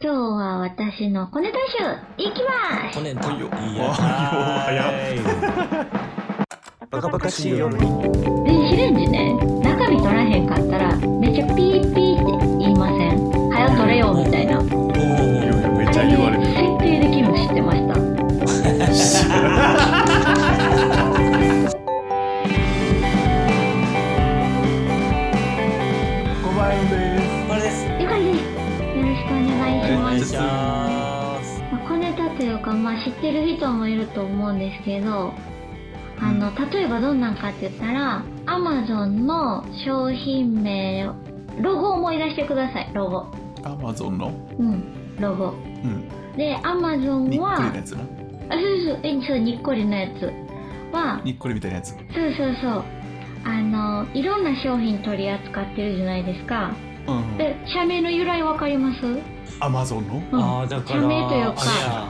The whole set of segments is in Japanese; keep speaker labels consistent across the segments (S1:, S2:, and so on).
S1: 今日は私のコネ大賞いきます
S2: 去年とよい
S3: よ
S2: 早
S3: バカバカしいよ
S1: 電子レンジね中身取らへんかったらめっちゃピーピーって言いません早取れよみたいな
S2: おお
S3: めっちゃ言わ
S1: あ
S3: れる
S1: ね設定できるの知ってましたゆかりですよろしくお願いし
S2: これです
S3: 小林で
S2: お願
S1: ま
S2: い
S1: す
S2: します
S1: まあ、小ネタというか、まあ、知ってる人もいると思うんですけどあの例えばどんなんかって言ったら Amazon の商品名をロゴを思い出してくださいロゴ
S3: すアマゾンの
S1: うんロゴ
S3: うん
S1: で
S3: に
S1: Amazon
S3: っこり
S1: は
S3: のやつな
S1: あそうそうえそうにっこりのやつは
S3: にっこりみたいなやつ
S1: そうそうそうあのいろんな商品取り扱ってるじゃないですか
S3: うん
S1: で社名の由来わかります、うん、
S3: アマゾンの
S2: ああだから
S1: 社名というか
S2: あれや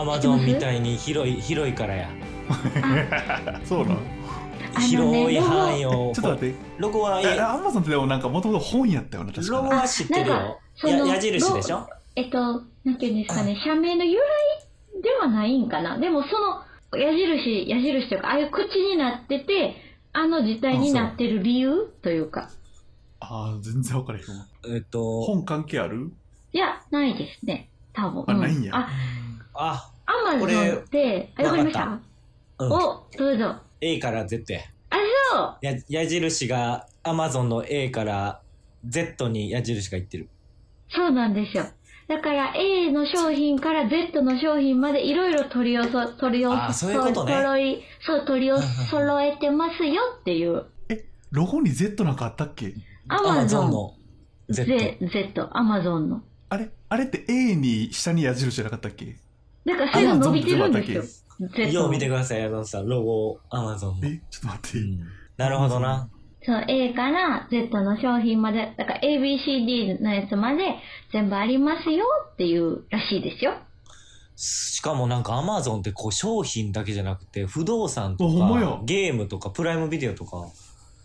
S2: アマゾンみたいに広い広いからや
S3: そうなん
S1: あのね
S2: 広い
S1: ロゴ
S2: 範囲を
S3: ちょっと待って
S2: ロゴはえ
S3: アマゾンってでもなんかもともと本やったよな確
S2: ロゴ
S3: か
S2: は知ってる
S1: あなん
S2: よ
S1: そ
S2: や
S1: の
S2: 矢印でしょ
S1: えっと、なんていうんですかね、社名の由来ではないんかな。でもその矢印、矢印というか、ああいう口になってて、あの字体になってる理由というか。
S3: ああ全然分からへんわ
S2: えっと
S3: 本関係ある
S1: いや、ないですね。多分。
S3: あないんや
S1: あ、
S2: あ
S1: アマゾ
S2: こ
S1: ン
S2: れ
S1: って、あ、わかりました。
S2: うん
S1: お、どうぞ。
S2: A から Z や
S1: そう
S2: や矢印がアマゾンの A から Z に矢印がいってる
S1: そうなんですよ。だから、A の商品から Z の商品までいろいろ取りよそ、取りよ
S2: あーそういうことね
S1: 揃い、そう、取りよ、揃えてますよっていう。
S3: ロゴに Z なんかあったっけ
S1: ア
S2: アマ
S1: マゾ
S2: ゾン
S1: ン
S2: の Z
S1: Z、Z、アマゾンの。
S3: あれあれって A に下に矢印じゃなかったっけ
S1: だからそれが伸びてるんですよ。Z
S2: よう見てください、矢野さん。ロゴ、アマゾンの。
S3: えちょっと待
S2: う
S3: って
S2: んなるほどな。
S1: そう、A から Z の商品まで、だから ABCD のやつまで全部ありますよっていうらしいですよ。
S2: しかもなんかアマゾンってこう商品だけじゃなくて、不動産と
S3: あほんまや
S2: か、ゲームとか、プライムビデオとか、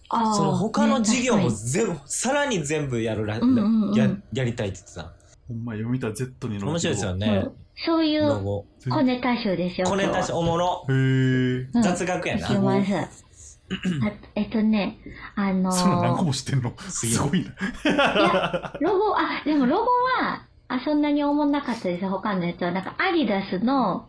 S1: あー
S2: その他の事業
S1: ね
S2: も全部、さらに全部やるら、
S1: うんうんうん
S2: や、やりたいって言ってた。
S3: ほんま読みた Z にの
S2: 面白いですよ
S1: 確かに
S2: ね
S1: う。んそうい
S2: ロ
S1: う
S2: ゴ。
S1: 小ネタ集ですよ。
S2: これ確かおもろ。
S3: へえ
S1: 今日は
S2: 雑学や
S1: うん、し
S2: な。
S1: ます。あえっとね、あのー
S3: そんな何個も知ってんの
S2: すげえ
S3: すごいな
S1: ロゴ、あ、でもロゴは、あ、そんなに思んなかったですよ、他のやつは。なんか、アディダスの、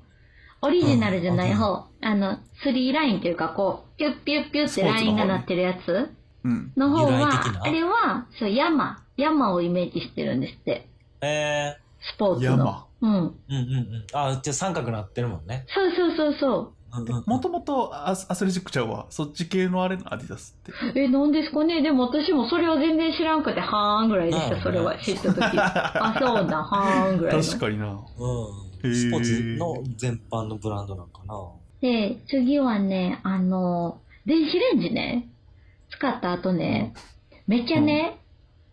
S1: オリジナルじゃない方、あの、スリーラインというか、こう、ピュッピュッピュッってラインがなってるやつ
S3: うん
S1: の方
S2: 由来的
S1: は、
S2: な
S1: あれは、そう、山、山をイメージしてるんですって。
S2: え
S1: スポーツの。
S3: 山
S1: うん。
S2: ー、うんうんうん。あ、じゃあ三角なってるもんね。
S1: そうそうそうそ
S2: うんうん
S3: もともとアスアスレチックちゃうわそっち系のあれのアディダスって
S1: う。え、なんですかねでも私もそれは全然知らんくて、はーんぐらいでし
S2: な
S1: た、
S2: るほ
S1: そ
S2: どね
S1: れは知った時 あ、そうだ、はーんぐらいの。
S3: 確かにな
S2: う
S3: へ
S2: ん。
S3: ー
S2: スポーツの全般のブランドなんかな。
S1: で、次はね、あの、電子レンジね、使った後ね、めっちゃね、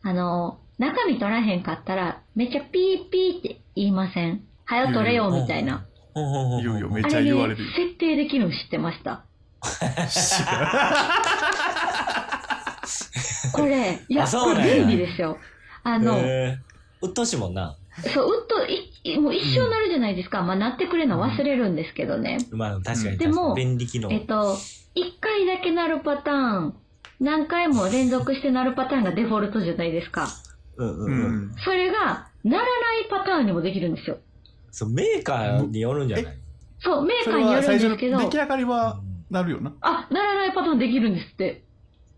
S1: あの、中身取らへんかったら、めっちゃピーピーって言いません。早取れよ、みたいな。
S2: うんうんうんうん。
S3: いよいよめっ
S1: あ
S3: ちゃ
S1: れね
S3: 言われ る
S1: 設定できるの知ってま した。
S3: 知らん
S1: これ、いや、
S2: あ
S1: こ
S2: そうなんや
S1: れ便利ですよ。あの、
S2: へーうっとうしいもんな。
S1: そう、うっとい、いもう一生なるじゃないですか。まあ、なってくれるのは忘れるんですけどね。
S2: まあ、確か
S3: うん
S2: に確
S1: で
S2: か
S1: も
S2: に。便利機能。
S1: えっと、一回だけなるパターン、何回も連続してなるパターンがデフォルトじゃないですか。
S2: うんう
S3: うん
S2: うん。
S3: ん
S1: それが、ならないパターンにもできるんですよ。
S2: そう、メーカーによるんじゃない
S1: そう、メー
S3: そ
S1: カ
S3: れ
S1: ーによ
S3: は
S1: る
S3: 最
S1: ん
S3: 初
S1: で
S3: の
S1: すけ
S3: 出
S1: ど、
S3: 来上がりはなるよな
S1: あ、ならないパターンできるんですって。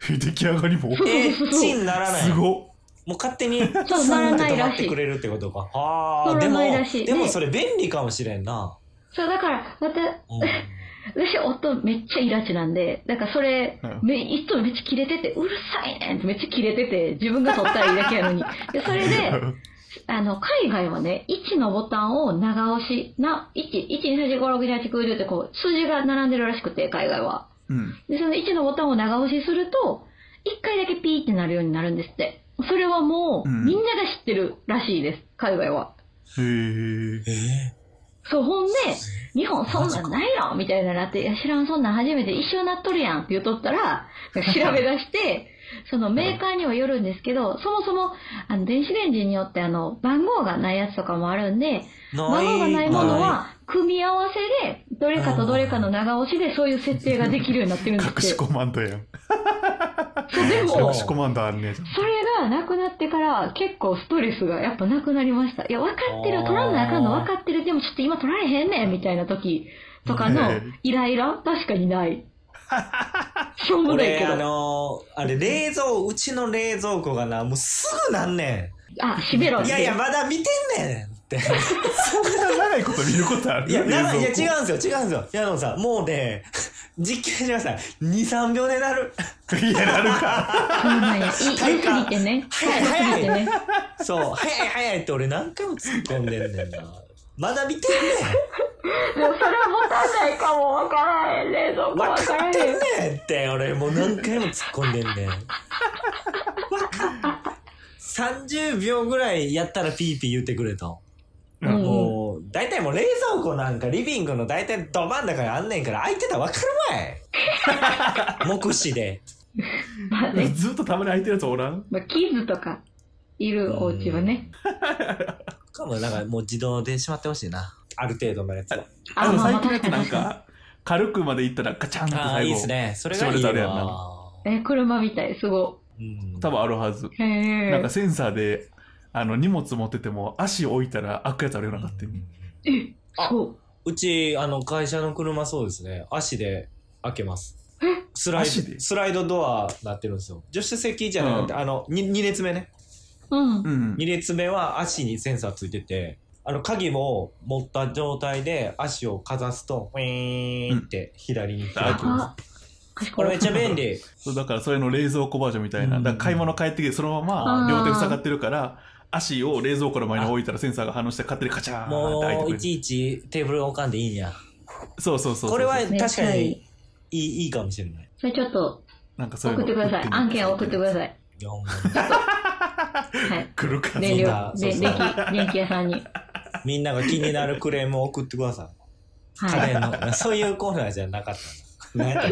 S3: 出来上がりも
S1: そう
S2: え
S1: そう
S2: ー、
S1: そう
S2: チンならない。
S3: す
S2: も
S3: ご
S2: う勝手に、
S1: そうならないらしい
S2: スンって止まってくれるってことか。ああ、
S1: な
S2: で
S1: ら
S2: も
S1: ないらしい、
S2: でも
S1: で
S2: それ便利かもしれんな。
S1: そう、だから、また、
S2: うん
S1: 私、夫めっちゃイラチなんで、だからそれ、
S3: うん
S1: めいつもめっちゃキレてて、うるさいねんってめっちゃキレてて、自分が取ったらいいだけやの に。で、それで、あの、海外はね、1のボタンを長押し、な、1、1、2、3、4、5、6、7、8、9、10ってこう、数字が並んでるらしくて、海外は。
S3: うん
S1: で、その1のボタンを長押しすると、1回だけピーってなるようになるんですって。それはもう、
S3: うん
S1: みんなが知ってるらしいです、海外は。
S3: へえ
S2: えー
S1: そう、ほんで、日本そんなんないの みたいななって、いや、知らん、そんなん初めて一生なっとるやんって言うとったら、調べ出して、そのメーカーにはよるんですけど、そもそも、あの、電子レンジによって、あの、番号がないやつとかもあるんで、番号がないものは、組み合わせで、どれかとどれかの長押しで、そういう設定ができるようになってるんで
S3: 隠
S1: す
S3: し
S1: って。
S3: コマンドやん。
S1: そう、で
S2: そう
S1: も
S3: 隠、しコマンドあるね。
S1: それがなくなってから結構ストレスがやっぱなくなりました。いや、分かってる、取らなあかんの分かってる、でもちょっと今取られへんねん、みたいな時とかの
S3: ね
S1: イライラ確かにない。しょうもない
S2: 俺、
S1: け
S2: あ
S1: ど。
S2: のーあれ、冷蔵、うちの冷蔵庫がな、もうすぐなんね
S1: あ、閉めろっ
S2: ん。
S1: て。
S2: いやいや、まだ見てんねんって。
S3: そんな長いこと見ることある
S2: いや、な
S3: 冷
S2: いや、
S3: 蔵庫
S2: 違うんですよ、違うんですよ。いや、でもさ、もうね、 実験してください。2、3秒でなる。
S3: いや、なるか。
S1: そうなんや。い良す
S2: 体感
S1: ぎてね。
S2: はい
S1: 良すぎてね。
S2: そう、早い早いって俺何回も突っ込んでんねんな。まだ見てんね
S1: もうそれは持たないかも分からへん。冷蔵庫
S2: ん。分
S1: 分か
S2: からっ
S1: へ
S2: て
S1: ん。
S2: んねんって、俺もう何回も突っ込んでんねん。分かっ30秒ぐらいやったらピーピー言ってくれと。
S1: うん
S2: もう、大体もう冷蔵庫なんかリビングの大体ど真ん中にあんねんから開いてたら分かるまい目視で。
S1: まあね、
S3: ずっとたまに空いてるやつおらん
S1: まあ、キッズとかいるお家はね。
S2: かも、なんかもう自動でしまってほしいな。ある程度のやつは。
S3: あ
S1: あ
S3: の
S1: まあ
S3: 最近のやつなん
S1: 確かに確
S3: か、軽くまで行ったらガチャンって
S2: ああ、
S3: 最
S2: いい
S3: 後。
S2: ですね。それがいい
S3: 絞れたらやん
S2: わ。
S1: え、車みたい、すご
S2: うん
S3: 多分あるはず。
S1: い。へえ。
S3: なんかセンサーで、あの、荷物持ってても足置いたら開くやつあるようなかってんねん
S1: え、
S2: あ
S1: そう。
S2: うち、あの、会社の車そうですね。足で開けます。スライ
S3: 足で
S2: ド、スライドドアなってるんですよ。助手席じゃなくて、あの、2, 二列目ね。
S1: うん。
S3: うん。
S2: 2列目は足にセンサーついてて、あの、鍵も持った状態で足をかざすと、ウィーンって左に開きます。
S1: あ、賢い
S2: これめっちゃ便利。
S3: そうだからそれの冷蔵庫バージョンみたいな。
S2: うん
S3: だから買い物帰ってきて、そのま
S1: あ
S3: ま
S1: ー
S3: 両手塞がってるから、足を冷蔵庫の前に置いたらセンサーが反応して勝手にカチャーンって開い
S2: も
S3: てく
S2: う、
S3: れ
S2: い
S3: る。
S2: ちいちテーブル置かんでいいんや。
S3: そうそうそうそう。
S2: これは確
S1: めっち
S2: か
S1: ゃいい
S2: にいい、いいかもしれない。
S1: それちょっと
S3: なんかそういう
S1: 送
S3: の
S1: ってください。案件を送ってくだ
S3: い。
S1: さい。
S2: いやほんま
S1: はい。
S3: 来るか
S1: 燃料
S2: そんな、
S1: で、
S2: そ
S1: 電
S2: ん
S1: 気
S2: な、
S1: 電気屋さんに。
S2: にみんなが気になるクレームを送ってくださ い。
S1: は
S2: 家
S1: い。
S2: 電の、そういうコーナーじゃなかったな。何やったっ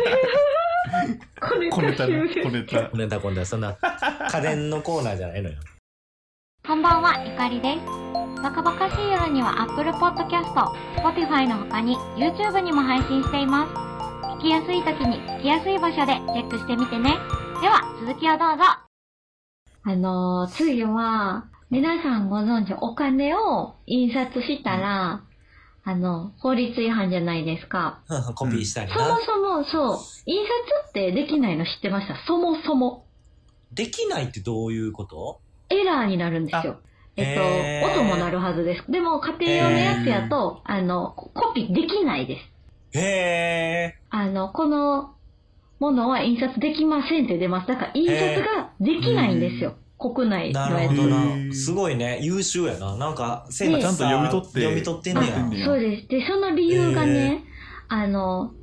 S1: これ
S3: 小 ネタね、小ネタ
S2: け。ねだこんだ、そんな、 家電のコーナーじゃないのよ。
S4: こんばんは、ゆかりです。バカバカしい夜には Apple Podcast、Spotify の他に YouTube にも配信しています。聞きやすい時に聞きやすい場所でチェックしてみてね。では、続きをどうぞ。
S1: あのー、次は、皆さんご存知、お金を印刷したら、あの、法律違反じゃないですか。
S2: コピーしたり
S1: そも
S2: な。
S1: そも、そう、印刷ってできないの知ってましたそもそも。
S2: できないってどういうこと
S1: エラーになるんですよ。えっと、
S2: へー
S1: 音も鳴るはずです。でも、家庭用のやつやと、あの、コピーできないです。
S2: へ
S1: あの、このものは印刷できませんって出ます。だから印刷ができないんですよ。国内
S2: ー。な
S1: の
S2: る
S1: や
S2: ほ
S1: つ
S2: ど
S1: は。
S3: へ
S2: な。
S3: ー
S2: すごいね。優秀やな。なんか、セ
S1: ね
S2: ン
S1: ちゃ
S3: んと読み取って
S2: 読み取ってんね
S3: な
S2: や
S3: ん。てんね
S1: そうです。で、その理由がね、あの、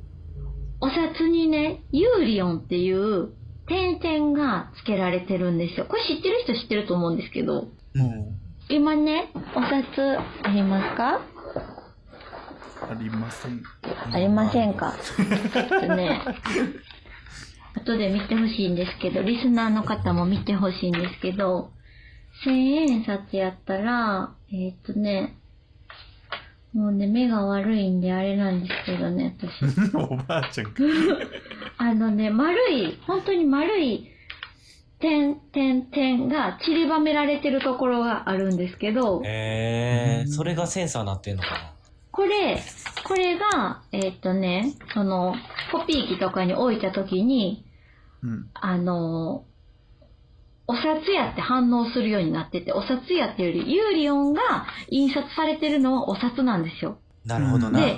S1: お札にね、ユーリオンっていう点々が付けられてるんですよ。これ知ってる人知ってると思うんですけど、
S3: うん
S1: 今ね、お札ありますか
S3: ありません。
S1: ありませんか。ちょっとね、後で見てほしいんですけど、リスナーの方も見てほしいんですけど、千円札やったら、えーっとね、もうね、目が悪いんであれなんですけどね、私。
S3: おばあちゃんか。
S1: あのね、丸い、本当に丸い点、点、点が散りばめられてるところがあるんですけど、
S2: へー。それがセンサーなってんのかな。
S1: これ、これが、えーっとね、その、コピー機とかに置いたときに、
S3: うん。
S1: あの、お札やって反応するようになってて、お札やっていうより、ユーリオンが印刷されてるのはお札なんですよ。
S2: なるほどな。
S1: で、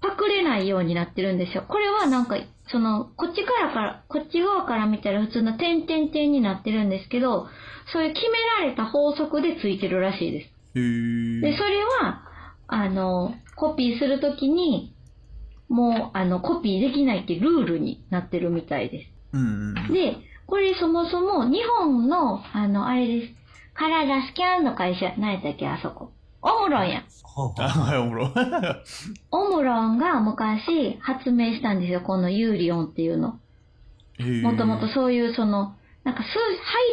S1: パクれないようになってるんですよ。これはなんか、その、こっちからから、こっち側から見たら普通の点々点になってるんですけど、そういう決められた法則でついてるらしいです。
S3: へー
S1: で、それは、あの、コピーするときに、もう、あの、コピーできないってルールになってるみたいです。
S3: うんうんうん。
S1: で、これそもそも日本の、あの、あれです。体スキャンの会社、何やったっけ、あそこ。オムロンや。
S2: ほうほう
S3: あ、はい、おもろ。
S1: オムロンが昔発明したんですよ、このユーリオンっていうの。もともとそういうその、なんか数、配列数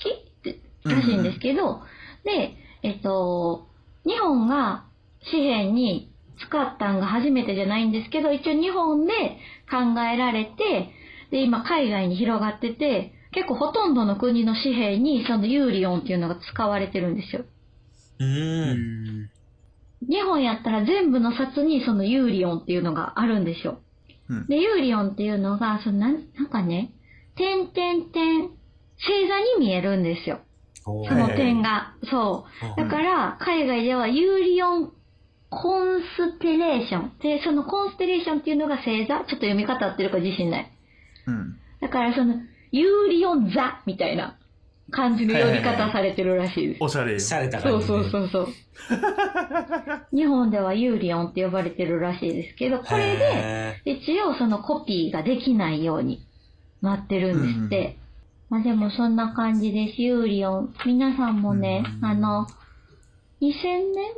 S1: 式らしいんですけど、で、えっと、日本が紙幣に使ったんが初めてじゃないんですけど、一応日本で考えられて、で、今海外に広がってて、結構ほとんどの国の紙幣にそのユーリオンっていうのが使われてるんですよ。
S2: うん。
S3: ん。
S1: 日本やったら全部の札にそのユーリオンっていうのがあるんですよ。
S3: うん
S1: で、ユーリオンっていうのが、そのなんなんかね、点点点、星座に見えるんですよ。
S2: お
S1: そ
S2: ー
S1: の点が。そう。だから、海外ではユーリオンコンステレーション。で、そのコンステレーションっていうのが星座。ちょっと読み方合ってるか自信ない。
S3: うん。
S1: だから、その、ユーリオン座みたいな感じの呼び方されてるらしいです。
S3: おしゃれよ。
S2: しゃれた
S1: そ
S2: 感
S1: う
S2: じ。
S1: そうそううそう。 日本ではユーリオンって呼ばれてるらしいですけど、これで
S2: へ
S1: 一応そのコピーができないようになってるんですって。まあでもそんな感じです、ユーリオン。皆さんもね、
S3: うん
S1: あの、2000年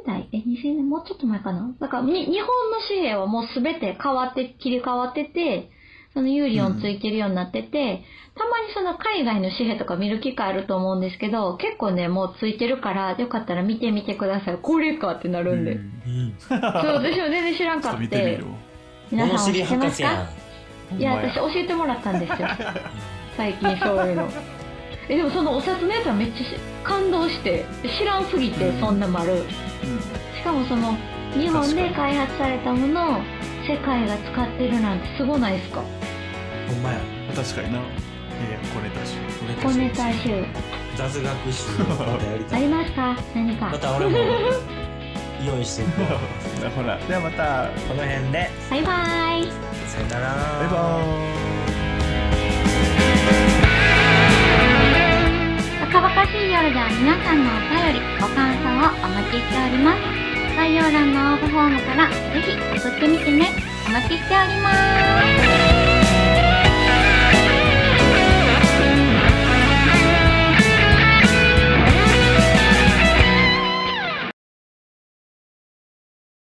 S1: 代え、2000年もうちょっと前かなだからに、日本の紙幣はもうすべて変わって、切り替わってて、そのユーリオンついてるようになってて、たまにその海外の紙幣とか見る機会あると思うんですけど、結構ね、もうついてるから、よかったら見てみてください。これかってなるんで。
S3: うん
S2: ーうん。
S1: そう、私は全然知らん
S3: ちょ
S1: か
S3: っと
S1: っ
S3: 見てみ
S1: て
S3: る。わ。
S1: 皆
S2: 物
S1: さん
S2: 知
S1: 知
S2: り
S1: って
S2: 博
S1: ます
S2: 士や
S1: か
S2: ん。
S1: いや、
S3: ほんま
S1: 私教えてもらったんです よ。最近そういうの。え、でもそのお札のやつはめっちゃし感動して、知らんすぎて、そんな丸。しかもその、日本で開発されたものを世界が使ってるなんてすごないですか
S2: ほんまや。
S3: うん。確かにな。いや、これだし。
S1: 小ネタ集
S2: 雑学集またやり
S1: あ
S2: たい。
S1: りますか何か。
S2: また 俺も用意していこう。
S3: ほら。ではまた。
S2: この辺で、
S1: バイバーイ
S2: さよなら。
S3: バイバーイ。
S4: バカバカしい夜では皆さんのお便り、ご感想をお待ちしております。概要欄の応募フォームからぜひ送ってみてね。お待ちしております。